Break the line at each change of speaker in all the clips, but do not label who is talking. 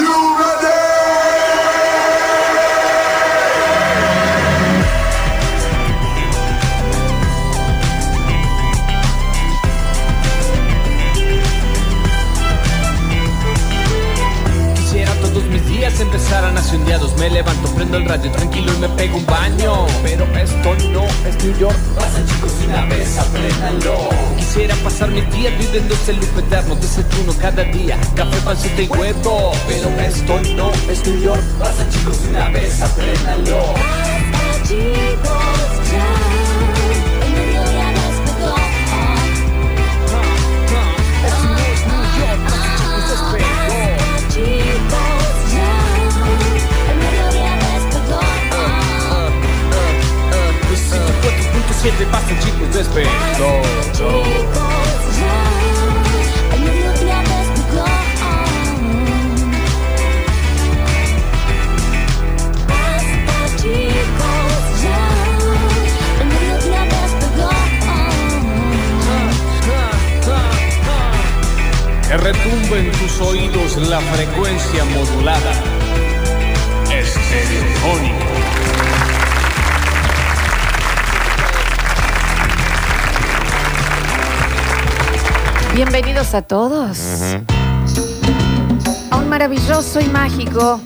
you ready?
Quisiera todos mis días empezaran así un día dos Me levanto, prendo el radio tranquilo y me pego un baño Pero esto no es New York Pasa chicos una vez, apréndanlo Quisiera pasar mi día viviendo ese loop eterno Desayuno cada día, café, pancita y huevo Pero esto no es New York Pasa chicos una vez, apréndanlo
Basta, chicos, ya. El mediodía despertó. Basta, chicos, ya. El mediodía despertó.
Eh, Pasa chicos, despedo
Chicos, ya. El mediodía despertó. Basta, chicos, ya. El mediodía despertó.
Que retumbe en tus oídos la frecuencia modulada estereofónica
Bienvenidos a todos a un maravilloso y mágico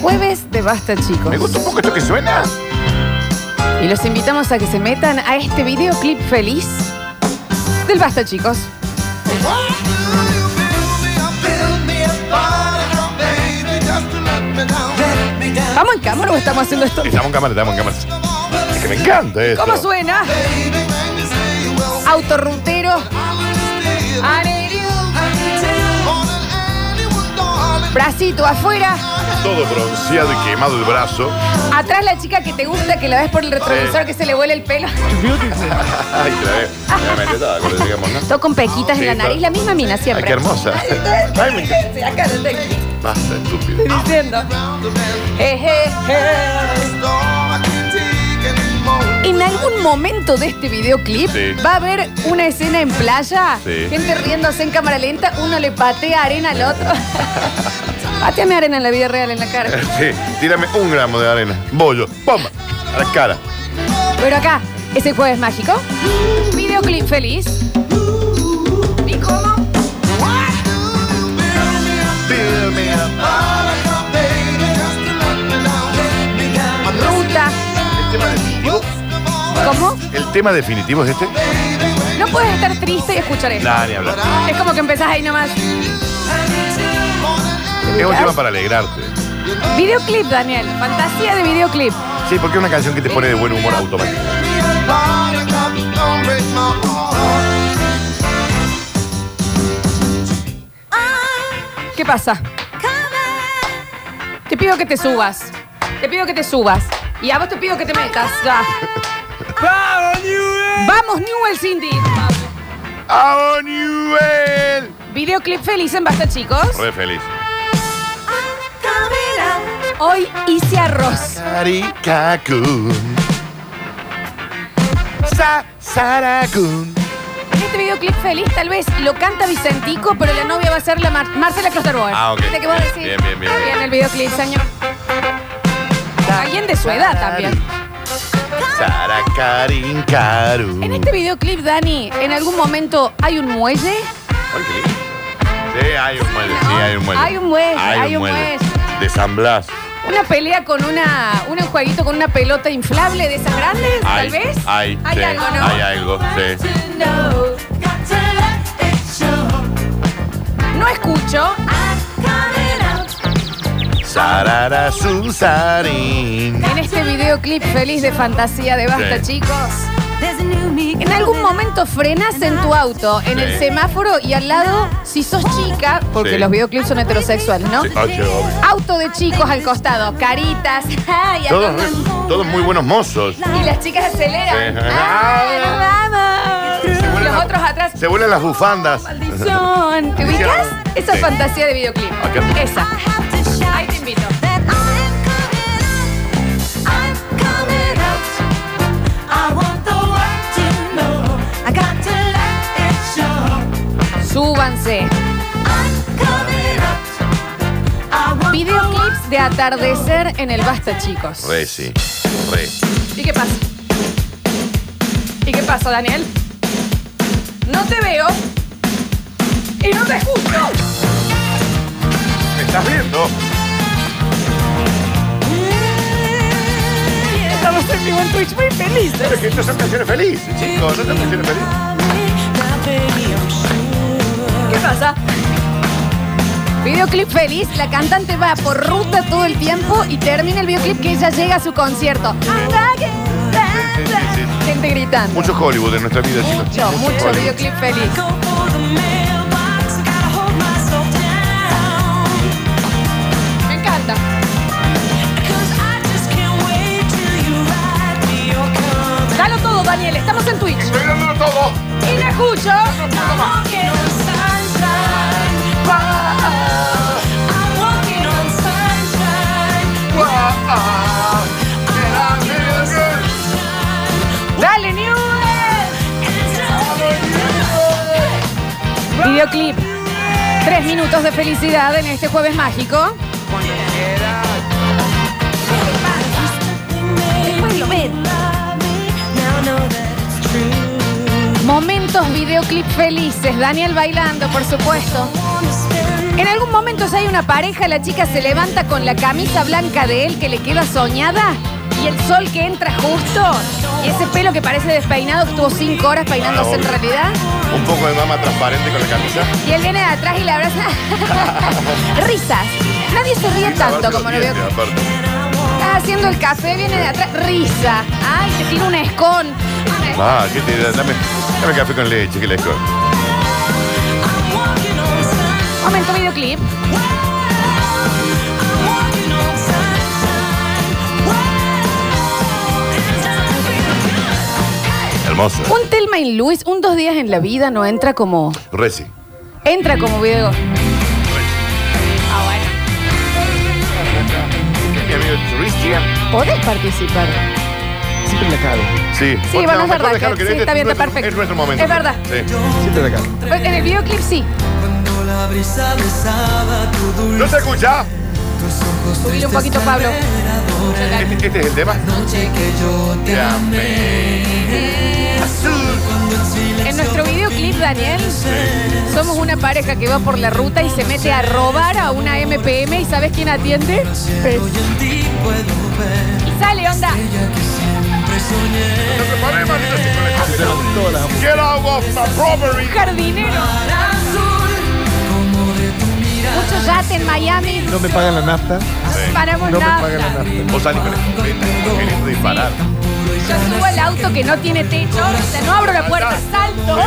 jueves de Basta, chicos.
Me gusta un poco esto que suena.
Y los invitamos a que se metan a este videoclip feliz del Basta, chicos. ¿Vamos en cámara o estamos haciendo esto?
Estamos en cámara, estamos en cámara. Es que me encanta esto.
¿Cómo suena? Autorrutero. Bracito afuera.
Todo bronceado y quemado el brazo.
Atrás la chica que te gusta, que la ves por el retrovisor,
Sí.
que se le vuela el pelo.
Ay, eh, te la veo. Realmente estaba con lo que digamos, ¿no?
Todo con pequitas en la
Sí,
nariz,
todo.
la misma mina
Ay,
siempre.
Ah, qué hermosa. Ay, me encanta.
Sí, acá lo tengo.
Basta, estúpido.
Estoy diciendo. Eh, Eje, je. En algún momento de este videoclip
Sí.
va a haber una escena en playa,
Sí.
gente riéndose en cámara lenta, uno le patea arena al otro. Pateame arena en la vida real en la cara.
Sí, tírame un gramo de arena. Bollo. Poma. A la cara.
Pero acá, ese jueves mágico, videoclip feliz. ¿Y cómo? Ruta.
¿El tema definitivo?
¿Cómo?
¿El tema definitivo es este?
No puedes estar triste y escuchar esto.
Nada, ni hablar.
Es como que empezás ahí nomás.
Es un tema para alegrarte.
Videoclip, Daniel. Fantasía de videoclip.
Sí, porque es una canción que te pone de buen humor automático.
¿Qué pasa? Te pido que te subas. Te pido que te subas. Y a vos te pido que te metas. Ya. ¡Vamos, Newell Cindy!
¡A nivel!
Videoclip feliz en Basta, chicos.
Re feliz.
Hoy hice arroz.
Sarikakun. Sa Sarakun.
Este videoclip feliz tal vez lo canta Vicentico, pero la novia va a ser la Mar- Marcela Klosterboer.
Ah, ok.
¿Viste qué vos
Bien,
decís?
bien, bien, bien,
Está
bien.
el videoclip, señor. Alguien de su edad también.
Sarakarin Karu.
En este videoclip, Dani, en algún momento hay un muelle.
Ay, qué lindo. Sí, hay un muelle, sí, hay un muelle.
Hay un muelle, hay un muelle.
De San Blas.
Una pelea con una. Un jueguito con una pelota inflable de esas grandes,
Hay,
tal vez.
Hay,
Hay
sí,
algo, ¿no?
Hay algo, sí.
No escucho.
Sarara Susarin.
En este videoclip feliz de fantasía de Basta,
Sí.
chicos. En algún momento frenas en tu auto, en
Sí.
el semáforo y al lado, si sos chica, porque
Sí.
los videoclips son heterosexuales, ¿no?
Sí, ay, qué obvio.
Auto de chicos al costado, caritas, ay,
Todos,
andando-
re- todos muy buenos mozos.
y las chicas aceleran.
Sí.
¡Ah, nos vamos!
vuelven
Los
a-
otros atrás.
Se vuelan las bufandas.
¡Maldición! ¿Te ubicas? Esa
Sí.
fantasía de videoclip.
Acá.
Esa. Ahí te invito.
I want
Sí. Videoclips de atardecer en el Basta, chicos.
Re, sí. Re.
¿Y qué pasa? ¿Y qué pasa, Daniel? No te veo y no te escucho.
¿Me estás viendo?
Estamos en vivo en Twitch muy felices.
Es que estas son canciones felices, chicos. No son canciones felices.
¿Qué pasa? Videoclip feliz, la cantante va por ruta todo el tiempo y termina el videoclip que ella llega a su concierto.
sí,
Gente gritando.
Mucho Hollywood en nuestra vida, chicos.
mucho, mucho
Hollywood.
videoclip feliz. Me encanta. Dalo todo, Daniel. Estamos en Twitch.
Estoy dándolo todo.
Y la escucho. Dale, Newell. Videoclip. Tres minutos de felicidad en este jueves mágico. Después lo ven. Momentos videoclip felices. Daniel bailando, por supuesto. En algún momento si hay una pareja, la chica se levanta con la camisa blanca de él que le queda soñada y el sol que entra justo y ese pelo que parece despeinado que estuvo cinco horas peinándose en realidad
Un poco de mama transparente con la camisa.
y él viene de atrás y la abraza. Risas. Nadie se ríe tanto como lo veo.
Dientes, aparte.
Estás haciendo el café, viene de atrás. Risa. Ay, te tira un escón.
Ah, ¿qué te Dame, dame café con leche, que le escojo.
Momento videoclip.
Hermoso.
Un Telma y Luis, un dos días en la vida no entra como.
Reci.
Entra como video.
Mi Este amigo Cristian.
Podés participar.
Siempre la cago,
Sí.
Sí, van a hacer
mejor
racket.
dejarlo que
Sí,
este
está
es
bien, está
nuestro-
perfecto.
Es nuestro momento.
Es verdad.
Sí.
siempre la cago.
Pero Pues, En el videoclip sí.
Cuando la brisa besaba tu dulce
¿No se escucha?
Subile un poquito, Pablo.
Este, este es el tema.
noche que yo te
En nuestro videoclip, Daniel, somos una pareja que va por la ruta y se mete a robar a una MPM. ¿Y sabes quién atiende? Y sale, onda.
Get out of my property.
jardinero. Mucho yate en Miami.
No me pagan la nafta.
Paramos
No me
nafta.
pagan la nafta.
Vos salís con esto. Queriendo disparar.
Yo subo al auto que no tiene techo, o sea, no abro la puerta, salto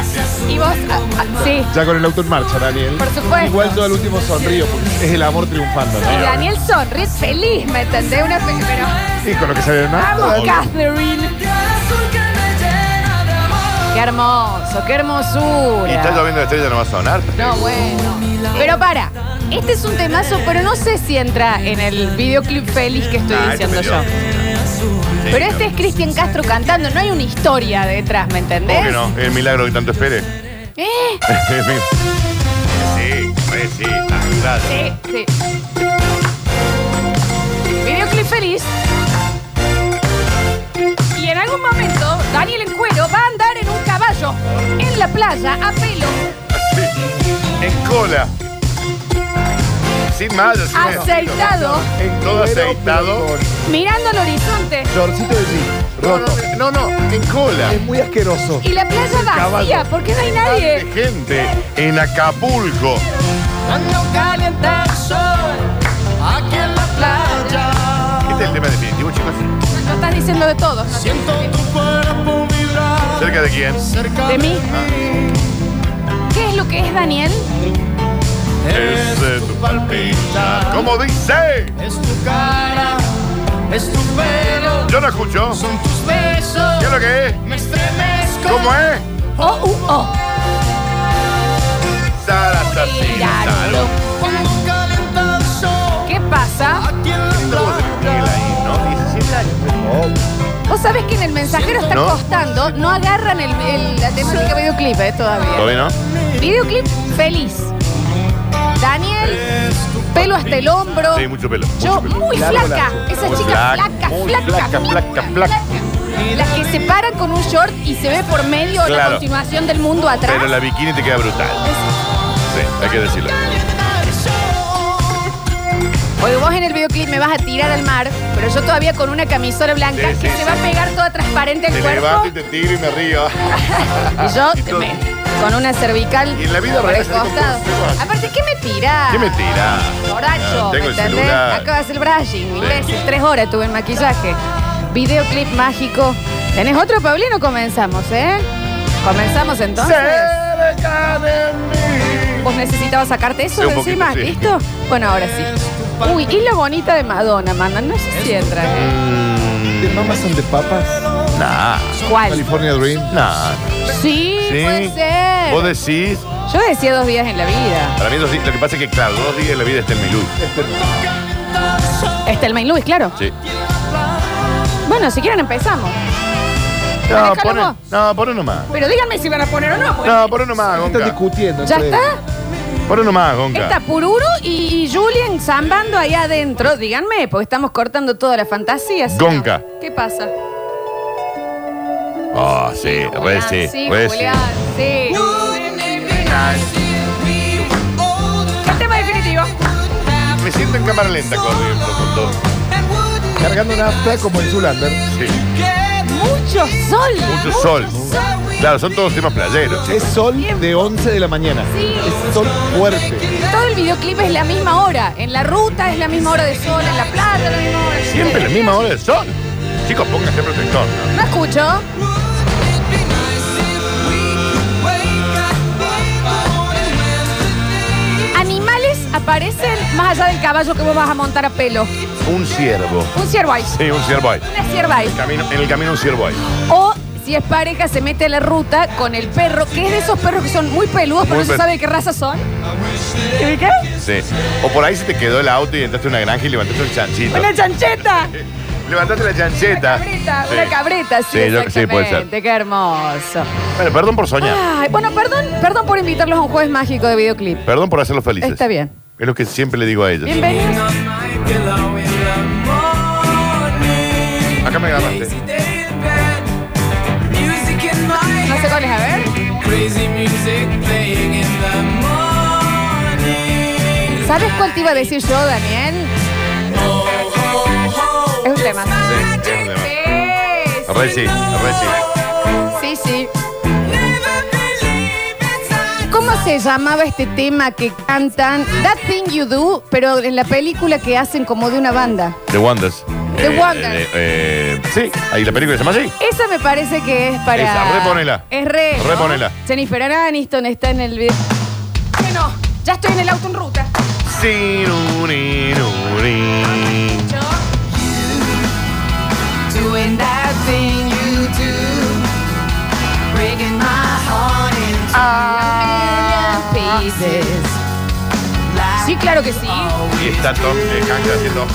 y vos. ah, ah, sí.
Ya con el auto en marcha, Daniel.
Por supuesto.
Igual yo al último sonrío, porque es el amor triunfando,
Y
¿no?
Daniel sonríe feliz, ¿me entendés? Una fe- pero.
Y con lo que sale de
Vamos,
nafta.
Catherine. Qué hermoso, qué
Y está
hermosura.
lloviendo la estrella, no va a sonar.
No, bueno. Pero para, este es un temazo, pero no sé si entra en el videoclip feliz que estoy
Ah, este
diciendo
medio-
yo. Pero este es Cristian Castro cantando, no hay una historia detrás, ¿me entendés?
¿Cómo que no? El milagro que tanto espere.
Eh,
sí, pues sí, está claro.
sí, Eh, sí. Videoclip feliz. Y en algún momento, Daniel en cuero va a andar en un caballo, en la playa, a pelo,
Sí. En cola. Sin malla, sin
aceitado,
En todo aceitado.
mirando al horizonte.
Chorcito de jean,
No,
roto.
no, no, no, en cola.
Es muy asqueroso.
Y la playa vacía,
caballo.
porque no hay
De
nadie.
gente en Acapulco. Este es el tema definitivo, chicos.
No estás diciendo de todos. ¿no?
¿Cerca de quién?
De mí. ¿Qué es lo que es Daniel?
Es eh, tu palpita. ¿Cómo dice? Es tu cara, es tu pelo. Yo no escucho. Son tus besos. ¿Qué es lo que es? Me estremezco. ¿Cómo es?
Oh, uh, oh.
Sara,
Claro. ¿Qué pasa? Vos sabés que en el mensajero está
¿No?
costando, no agarran el, el- la temática videoclip eh, todavía.
¿Todavía no?
Videoclip feliz. Daniel, pelo hasta el hombro.
Sí, mucho pelo. mucho
Yo,
pelo.
muy
Largo,
flaca.
largo.
Esa
Muy
chica
flaca,
flaca,
muy
flaca,
flaca,
flaca,
flaca,
flaca.
flaca.
La que se para con un short y se ve por medio la
Claro.
continuación del mundo atrás.
Pero la bikini te queda brutal. Sí, hay que decirlo.
Oye, vos en el videoclip me vas a tirar al mar, pero yo todavía con una camisola blanca
Sí,
que
sí,
se va a
sí.
pegar toda transparente al
Te
cuerpo.
levanto y te tiro y me río.
Ah. Y yo
Ah, Y todo.
me- con una cervical
Y en la vida
por el
real salí con
costado.
puros pelos.
Aparte, ¿qué me tira?
¿Qué me tira?
Borracho,
Ah,
¿me
Tengo el
entendés?
celular.
Acabas el brushing,
Sí.
imbécil. Tres horas tuve en maquillaje. Videoclip mágico. ¿Tenés otro, Paulino? Comenzamos, ¿eh? Comenzamos entonces.
Cerca de mí.
Vos necesitabas sacarte eso
Sí,
de
un poquito,
encima,
sí.
¿listo? Bueno, ahora sí. Uy, y la bonita de Madonna, manda. No sé si entra. ¿eh?
¿De mamas son de papas?
Nah,
¿Cuál?
California Dream.
nah.
Sí,
Mm. Sí.
puede
Vos
ser.
decís.
Yo decía dos días en la vida.
Para mí, dos días- lo que pasa es que, claro, dos días de la vida está en mi luz.
Está el Main Luis, claro.
Sí.
Bueno, si quieren empezamos.
No,
Manejalo
pone,
vos.
no, pon uno más.
Pero díganme si van a poner o no. porque-
No, pon uno más,
Están
Gonca.
discutiendo.
¿Ya
entre
está?
Pon uno más,
Está
Gonca.
Pururu y, y Julien zambando ahí adentro. Díganme, porque estamos cortando toda la fantasía. ¿sí?
Gonca.
¿Qué pasa?
Oh, sí, re sí,
sí,
re sí.
Julián, sí. El tema definitivo.
Me siento en cámara lenta corriendo con todo.
ellos. Cargando nafta como en Zulander.
Sí.
Mucho sol.
Mucho sol. Claro, son todos temas playeros.
Es sol de 11 de la mañana.
Sí.
Es sol fuerte.
Todo el videoclip es la misma hora. En la ruta es la misma hora de sol, en la playa la misma hora. de sol.
Siempre la misma hora de sol. Chicos, pónganse protector. ¿no?
No escucho. Animales aparecen más allá del caballo que vos vas a montar a pelo.
Un ciervo.
Un ciervo ahí.
Sí, un ciervo ahí.
Una cierva ahí.
Camino, en el camino un ciervo ahí.
O si es pareja, se mete a la ruta con el perro, que es de esos perros que son muy peludos, pero
Muy
no se
pe-
sabe de qué raza son. ¿Y de qué?
Sí. O por ahí se te quedó el auto y entraste a una granja y levantaste un chanchito.
Una chancheta.
Levantaste Eh, la chancheta.
Cabrita,
Sí.
una cabreta, sí,
Sí, yo- sí, puede
exactamente.
ser.
Qué hermoso.
Bueno, perdón por soñar.
Ay, bueno, perdón, perdón por invitarlos a un jueves mágico de videoclip.
Perdón por hacerlos felices.
Está bien.
Es lo que siempre le digo a ellos.
Bienvenidos.
Acá me ganaste.
No sé cuál es, a ver. ¿Sabes cuál te iba a decir yo, Daniel? Es un tema.
Sí, es un tema. Re sí, re sí.
Sí, sí. ¿Cómo se llamaba este tema que cantan That Thing You Do, pero en la película que hacen como de una banda?
The Wonders.
The Wonders.
eh, eh, sí, ahí la película se llama así.
Esa me parece que es para.
Esa, reponela.
Es re. ¿no?
Reponela.
Jennifer Aniston está en el video. Bueno, ya estoy en el auto en ruta.
Sí, nu, ni, nu, ni.
Ah. Sí, claro que sí.
Y está Tom eh, Hanks haciendo.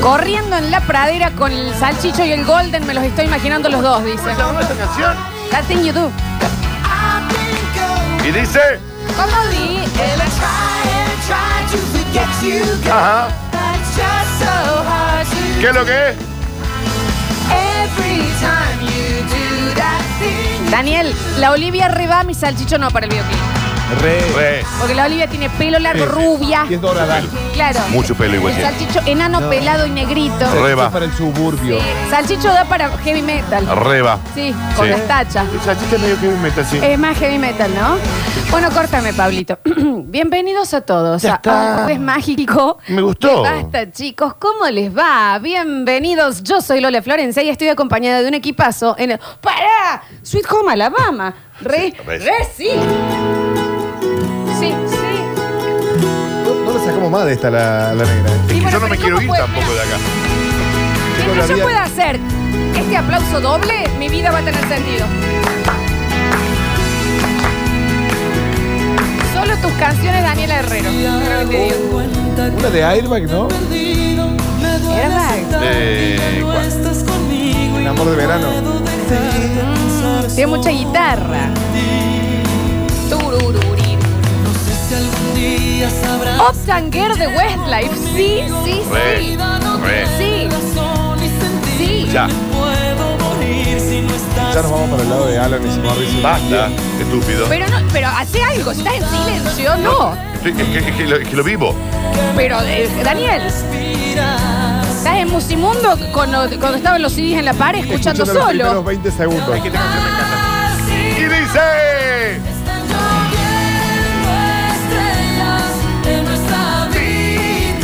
Corriendo en la pradera con el salchicho y el golden, me los estoy imaginando los dos, dice.
esta canción?
That thing you do.
Y dice.
¿Cómo di?
Ajá. ¿Qué es lo que es?
Daniel, la Olivia reba mi salchicho no para el videoclip.
Re.
Re.
Porque la Olivia tiene pelo largo,
Sí, sí.
rubia.
Y es dorada.
Claro.
Mucho pelo igual
El
tiene.
salchicho enano pelado y negrito.
Re va.
Es para el suburbio.
Sí, Salchicho da para heavy metal.
Reba.
Sí, con
Sí.
las tachas. Eh,
El salchicha es medio que me meta así.
Es más heavy metal, ¿no? Bueno, córtame, Pablito. Bienvenidos a todos.
Ya está.
Es mágico.
Me gustó.
De Basta, chicos. ¿Cómo les va? Bienvenidos. Yo soy Lola Florencia y estoy acompañada de un equipazo en el... ¡Para! Sweet Home Alabama. Re,
Sí,
re,
re.
sí. Sí, sí.
No, no la sacamos más de esta la, la negra. ¿eh?
Es
Sí,
que
bueno,
yo no me
pero
quiero
¿cómo
ir
puede-
tampoco de acá.
Mientras
la
yo
vida-
pueda hacer este aplauso doble, mi vida va a tener sentido. Solo tus canciones, Daniela Herrero. Creo que te digo.
Oh, Una de Airbag, ¿no?
Era mal.
Eh, ¿cuál?
El amor de verano.
Tiene mucha guitarra. Turururiru.
No sé si algún día sabrás.
Optanger de Westlife. Sí, sí, sí.
Re.
Sí, sí.
Ya,
Puedo morir si no estás.
Ya nos vamos para el lado de Alan y su Morrison.
basta, estúpido.
Pero no, pero hace algo, si estás en silencio, no.
Estoy- es, que, es que lo, es que lo vivo.
Pero, eh, Daniel, estás en Musimundo cuando, cuando estaban los CDs en la pared escuchando
Escuchando los
solo.
primeros 20 segundos.
Y dice.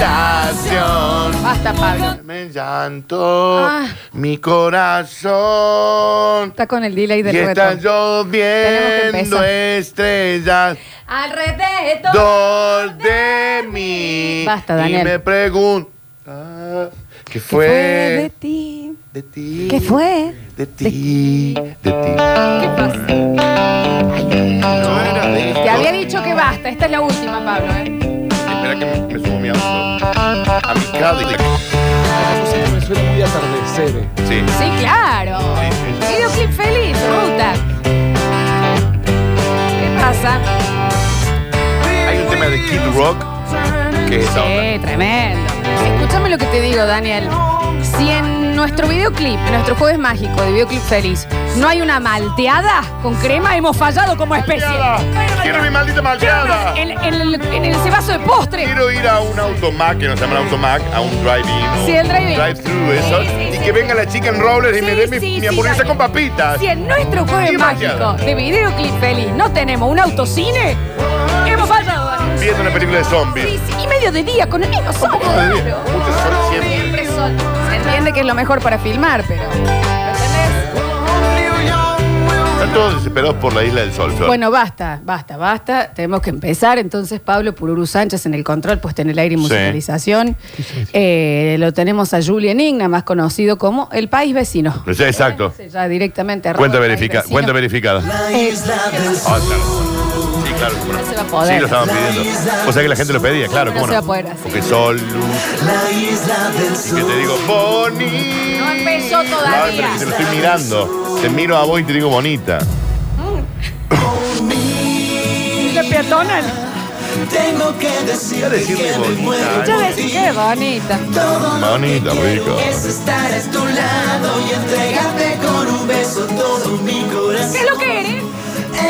Habitación.
Basta, Pablo.
Me llanto,
Ah.
mi corazón.
Está con el delay
Y
del
está
reto.
lloviendo
empezar.
estrellas.
Al reto.
Dos de mí.
Basta, Daniel.
Y me pregunta qué
¿Qué fue
fue
de ti?
de ti.
¿Qué fue?
De ti, de ti.
¿Qué pasa?
No era de esto.
Te había dicho que basta. Esta es la última, Pablo. ¿eh?
Espera que me, me subo mi auto. A mi Cadillac.
La música me suena muy atardecer.
eh.
Sí.
Sí, claro.
Sí, sí.
Videoclip feliz, ruta. ¿Qué pasa?
Hay un tema de Kid Rock que es esa onda.
Sí, tremendo. Escúchame lo que te digo, Daniel. Si en nuestro videoclip, en nuestro jueves mágico de videoclip feliz, no hay una malteada con crema, hemos fallado como especie.
Quiero mi maldita malteada.
En, en el, pues, en el cebazo de postre.
Quiero ir a un automac, que nos llaman automac, a un drive-in. o
Sí, el
un
drive-in.
Drive-thru,
Sí,
eso.
sí,
y
sí,
que
sí.
venga la chica en rollers y
Sí,
me dé mi,
sí,
mi
sí,
hamburguesa
Daniel.
con papitas.
Si en nuestro
Qué
jueves
malteada.
mágico de videoclip feliz no tenemos un autocine, hemos fallado, Daniel.
Viendo una película de zombies.
Sí, sí, y medio de día con el mismo sol.
poco de día.
claro.
Mucho sol siempre.
Siempre sol. Se entiende que es lo mejor para filmar, pero. ¿Entendés?
Están todos desesperados por la isla del sol, Flor.
Bueno, basta, basta, basta. Tenemos que empezar. Entonces, Pablo Pururu Sánchez en el control, puesto en el aire y musicalización. Eh, lo tenemos a Julian Igna, más conocido como El País Vecino.
Sí, exacto.
Sí, Ya directamente. arroba
Cuenta,
El País
verifica,
Vecino.
cuenta verificada. Ah, claro. Sí, claro. cómo
No se va a poder.
Sí, lo estaban pidiendo. O sea que la gente lo pedía, claro.
No
cómo
se va a poder así.
Porque sol, luz. Y que te digo, bonita.
No empezó
Ay, pero
todavía.
que te lo estoy mirando. Te miro a vos y te digo bonita.
La peatonal.
Tengo que
Voy a
decirte
decirle
que me
bonita.
Ya
¿eh?
ves, qué bonita.
Todo lo que
Manita, rico.
quiero es estar a tu lado y entregarte con un beso todo mi
¿Qué
corazón.
es lo que eres?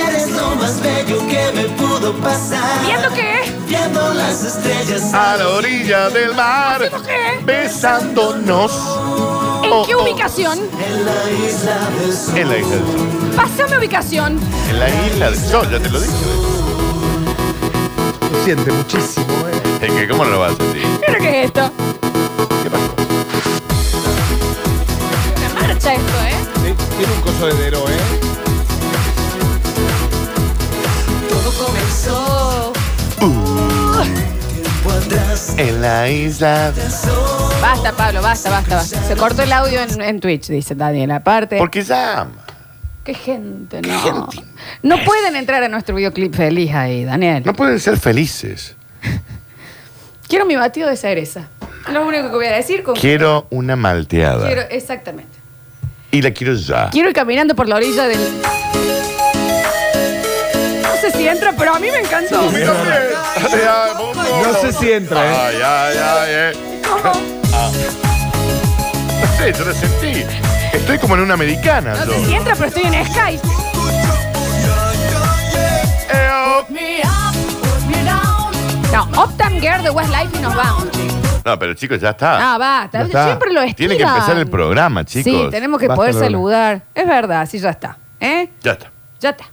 Eres lo más bello que me pudo pasar.
¿Viendo qué es?
Viendo las estrellas.
A la orilla del mar.
qué?
Besándonos Oh,
¿En qué ubicación?
en la isla del sol.
Pásame ubicación.
En la isla del sol, ya te lo dije.
Lo siente muchísimo, eh.
Es que, ¿cómo no lo vas a sentir?
¿Pero qué es esto?
¿Qué pasó?
Una marcha esto, ¿eh?
Sí, tiene un coso de Dero, ¿eh?
En la isla.
Basta, Pablo, basta, basta, basta. Se cortó el audio en, en Twitch, dice Daniel. Aparte.
Porque llama.
Qué gente, no. No pueden entrar a nuestro videoclip feliz ahí, Daniel.
No pueden ser felices.
Quiero mi batido de cereza. Lo único que voy a decir con
Quiero una malteada.
quiero exactamente.
Y la quiero ya.
Quiero ir caminando por la orilla del. No sé si entra, pero a mí me encantó.
No
No sé si entra, ¿eh?
Ay, ay, ay, eh. No sé, yo lo sentí. Estoy como en una americana.
No
yo.
sé si entra, pero estoy en Skype.
Eh, oh.
No, Optam Girl de Westlife y nos vamos.
No, pero chicos, ya está.
Ah, basta.
Ya está.
Siempre lo estiran.
Tiene que empezar el programa, chicos.
Sí, tenemos que
Basta,
poder
Lola.
saludar. Es verdad, sí, ya está. ¿Eh?
Ya está.
Ya está.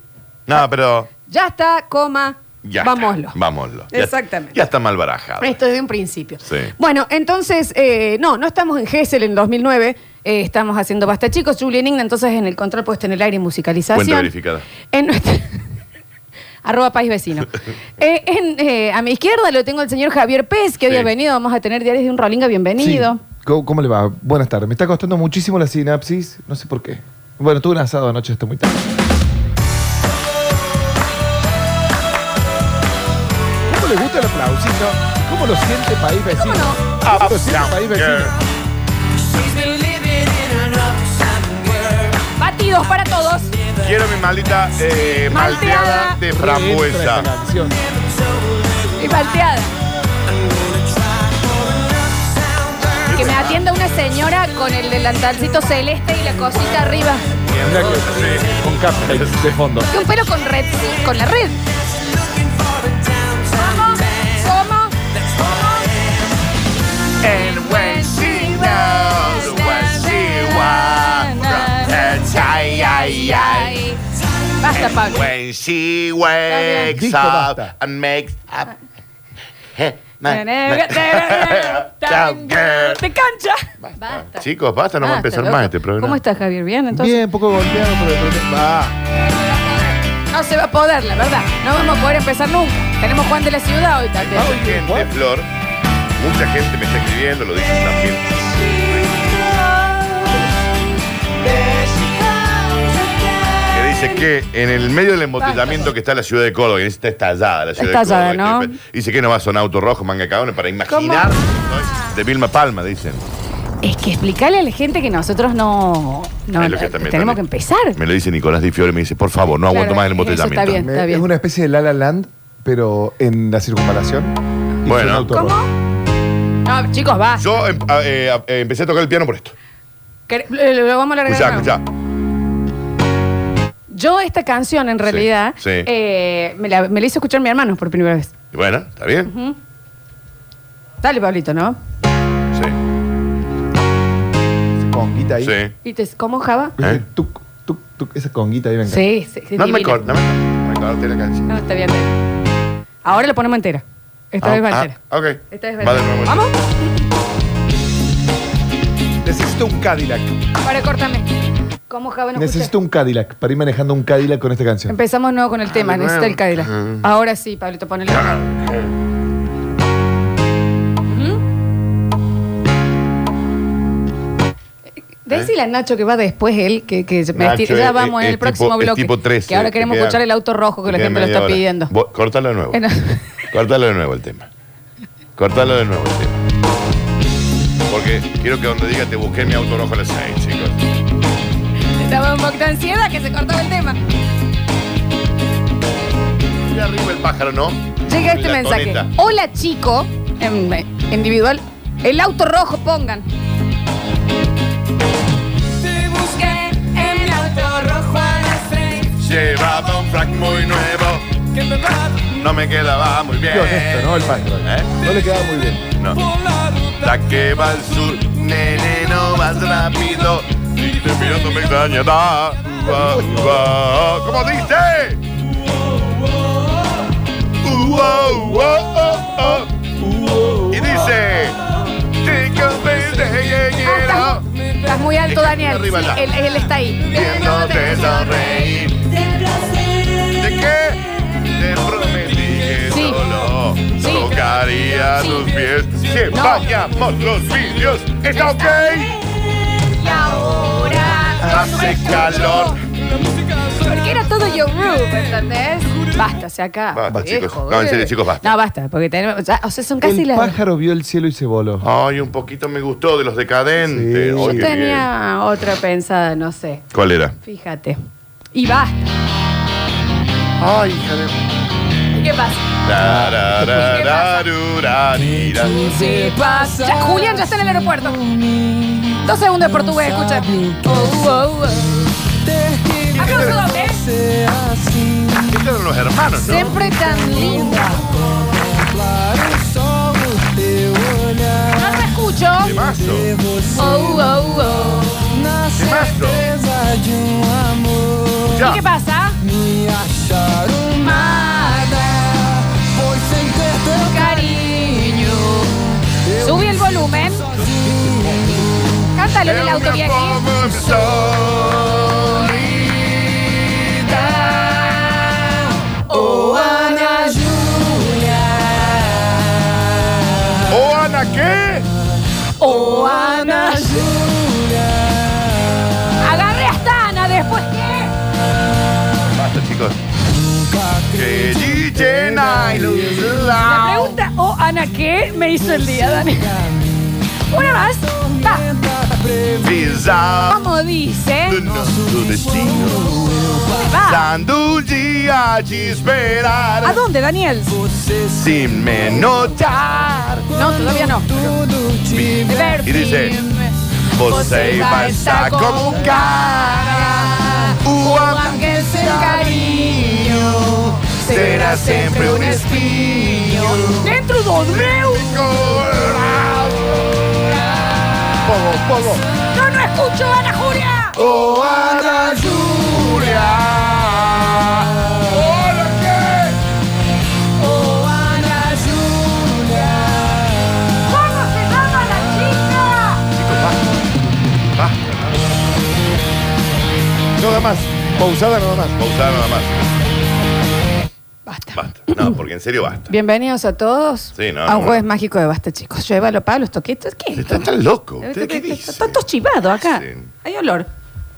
No, pero
Ya está, coma.
ya está.
Vámoslo.
Vámoslo. Ya-
Exactamente. Este.
Ya está mal barajado.
Esto desde un principio.
Sí.
Bueno, entonces, eh, no, no estamos en Gessel en 2009. eh, estamos haciendo Basta Chicos. Julian Igna, entonces, en el control puesto en el aire y musicalización.
Cuenta verificada.
En nuestra... Arroba País Vecino. Eh, en, eh, a mi izquierda lo tengo el señor Javier Pérez, que hoy
Sí.
ha venido. Vamos a tener diarios de un Rolinga.
Sí.
Bienvenido.
¿Cómo, cómo le va? Buenas tardes. Me está costando muchísimo la sinapsis. No sé por qué. Bueno, tuve un asado anoche, está muy tarde. ¿Cómo le gusta el aplausito? ¿Cómo lo siente país vecino?
Ah,
¿Cómo lo siente país vecino?
Eh,
Batidos para todos.
Quiero Quiero mi maldita eh, malteada
Malteada.
de
Entra
frambuesa.
esta canción.
Y palteada. Que me atienda una señora con el delantalcito celeste y la cosita arriba.
Mirá que-
Sí.
Con cupcakes de fondo.
Que un pelo con red, con la red. ¿Cómo? ¿Cómo?
And when she knows what she wants from her ay, ay, ay.
Basta, Pablo.
When she wakes
Dijo
up
basta.
and makes up. Eh,
¡De cancha! Basta.
Chicos, basta, no va a
Basta,
empezar
loco.
más este programa.
¿Cómo estás, Javier? Bien, entonces.
Bien, poco golpeado, pero... pero- Va.
No se va a poder, la verdad. No vamos a poder empezar nunca. Tenemos Juan de la Ciudad hoy también.
Hay gente, Flor. Mucha gente me está escribiendo, lo dicen también. Que dice que en el medio del embotellamiento que está la ciudad de Córdoba, que está estallada la ciudad
Estallada,
de Córdoba.
¿no?
Dice que no va a sonar auto rojo, manga cabrón, para imaginar. ¿no? De Vilma Palma, dicen.
Es que explicarle a la gente que nosotros no, no-
Es lo que está- me-
tenemos
también.
que empezar.
Me lo dice Nicolás Di Fiore, me dice, por favor, no aguanto
Claro,
más el
eso está
embotellamiento.
bien.
Me- es una especie de La La Land, pero en la circunvalación. Y
Bueno.
suena auto
¿Cómo?
rojo.
No, chicos, va.
Yo em- a- eh, a- eh, empecé a tocar el piano por esto.
Que- eh, Lo vamos a largar.
Escuchá,
de nuevo.
escuchá.
Yo esta canción, en realidad,
sí.
eh, me, la, me la hizo escuchar mi hermano por primera vez.
Y bueno, ¿está bien?
Dale, Pablito, ¿no?
Conguita ahí.
Sí, sí.
¿Y te, cómo, Java?
Ese
¿Eh?
tuc, tuc, tuc, esa conguita ahí, venga.
Sí, sí. sí,
No me
divina.
cortes, no me cortes. No me cortes la canción.
No, está bien. está bien. Ahora la ponemos entera. Esta vez va
Ah,
entera.
ah, ok.
Esta vez va
Va de
entera.
nuevo.
¿Vamos?
Necesito un Cadillac.
Ahora córtame. ¿Cómo, Java? No
Necesito un Cadillac para ir manejando un Cadillac con esta canción.
Empezamos nuevo con el tema,
de nuevo.
necesita el Cadillac.
Ah.
Ahora sí, Pablito, ponele.
¿Mm?
Decile a Nacho que va después él, que, que me
¿Eh? Nacho,
estir- ya
es-
vamos
es-
en el
es
próximo
tipo- es
bloque.
tipo 13,
que ahora
te
queremos
queda-
escuchar el auto rojo que
te
la
queda
gente lo
media
está
hora.
pidiendo.
Vos, Córtalo de nuevo.
Eh, no.
Córtalo de nuevo el tema. Córtalo de nuevo el tema. Porque quiero que donde diga te busqué mi auto rojo a las 6, chicos.
Estaba un poco de ansiedad que se cortaba el tema.
Mira arriba el pájaro, ¿no?
Llega este
La
mensaje.
toneta.
Hola, chico. En, eh, individual. El auto rojo, pongan.
Llevaba un frac muy nuevo. No me quedaba muy bien.
Qué honesto, ¿no? El pájaro.
¿Eh?
No le queda muy bien.
No. La que va al sur, nene, no vas rápido. Y te mirando me extraña. da, va, va. ¿Cómo dice? Uh, oh, oh, oh, oh. Y dice. Chico, vete, yeah, yeah,
Ah,
no.
estás, estás muy alto,
Déjame
Daniel.
arriba,
Sí,
ya.
él, él está ahí.
Viéndote sonreír. ¿De qué? Te prometí que
Sí.
solo
Sí.
tocaría
Sí.
tus pies. Que
No.
vayamos los vídeos. ¿Está ok?
Y ahora.
Hace calor.
Porque era todo your room, ¿entendés? Basta, se acá.
Basta,
viejo,
chicos. No, en serio,
boludo.
chicos, basta.
No, basta, porque tenemos. ya, o sea, son casi
El
las.
pájaro vio el cielo y se voló.
Ay, un poquito me gustó de los decadentes.
Sí.
Ay, qué
Yo
bien.
tenía otra pensada, no sé.
¿Cuál era?
Fíjate. Y basta.
Ay, hija de.
¿Y ¿Qué pasa?
Tarararararurarira.
¿Qué pasa? Ya, Julián ya está en el aeropuerto. Dos segundos de portugués, escucha. Oh, oh, oh. Aplauso doble.
Estos eran los hermanos, ¿no?
Siempre tan linda. No te escucho.
Temazo.
Oh, oh, oh.
Temazo. Ya.
¿Y qué pasa? Cariño. Subí el volumen. Cántalo en el auto
Yo me
viaje.
pongo en solita.
Oh,
¿O Ana qué?
Agarré hasta Ana después que.
Basta, chicos. Que DJ
La
Nylon.
pregunta, oh Ana, ¿qué me hizo el día, Dani? Una más. Va.
Visa
¿Cómo dice?
No, su destino.
Se va.
Sandungi allí
¿A
esperar
dónde, Daniel?
sin me notar.
No, todavía no.
Y
Divertirme.
dice, vos a estar como un cara. Un ángel
el cariño
será siempre un espíritu.
Dentro do meu.
Pogo, pogo.
Yo no escucho a Ana Julia.
Oh, Ana Julia. Hola, ¿qué?
¿Cómo se llama la
Chicos, va. Va.
No da más. Pausada no da más.
Pausar nada más.
chica? Basta.
Basta. No, porque en serio basta.
Bienvenidos a todos
Sí, no,
a un
no.
jueves mágico de Basta, chicos. Llévalo, Pablo, toquitos. ¿Qué es esto?
Están tan locos. ¿Ustedes qué dicen?
Están todos chivados acá.
Dicen.
Hay olor.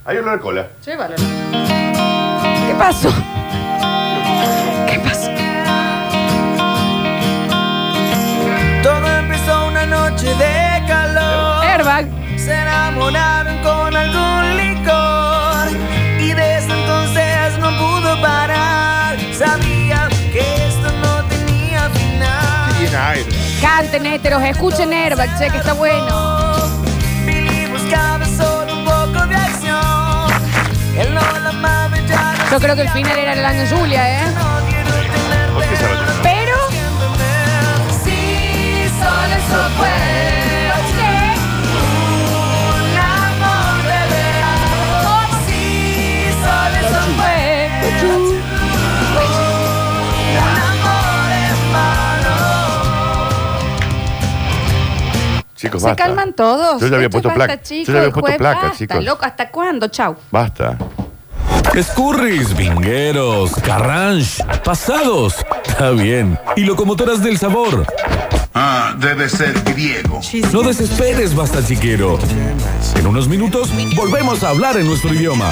Hay olor a cola.
Llévalo. ¿Qué pasó? ¿Qué pasó?
Todo empezó una noche de calor.
Airbag.
Se enamoraron con algún licor. Y desde entonces no pudo parar. Sabía que esto no tenía final.
Tiene aire.
Canten héteros, escuchen Airbag, che, que está bueno.
Billy buscaba solo un poco de acción. Él no la amaba y ya no
Yo creo que el final era el año Julia, ¿eh?
no quiero tenerte.
¿Por qué se rayó?
Pero.
Sí, solo eso
Chicos,
Se
basta.
calman todos.
Yo ya había
Esto es
puesto
basta,
placa.
chicos,
Yo ya había
el
puesto
jueves
placa,
basta,
chicos.
loco, ¿hasta cuándo? Chau.
Basta.
Escurris, vingueros, carranche, pasados. Está bien. Y locomotoras del sabor.
Ah, debe ser griego.
No desesperes, basta chiquero. En unos minutos volvemos a hablar en nuestro idioma.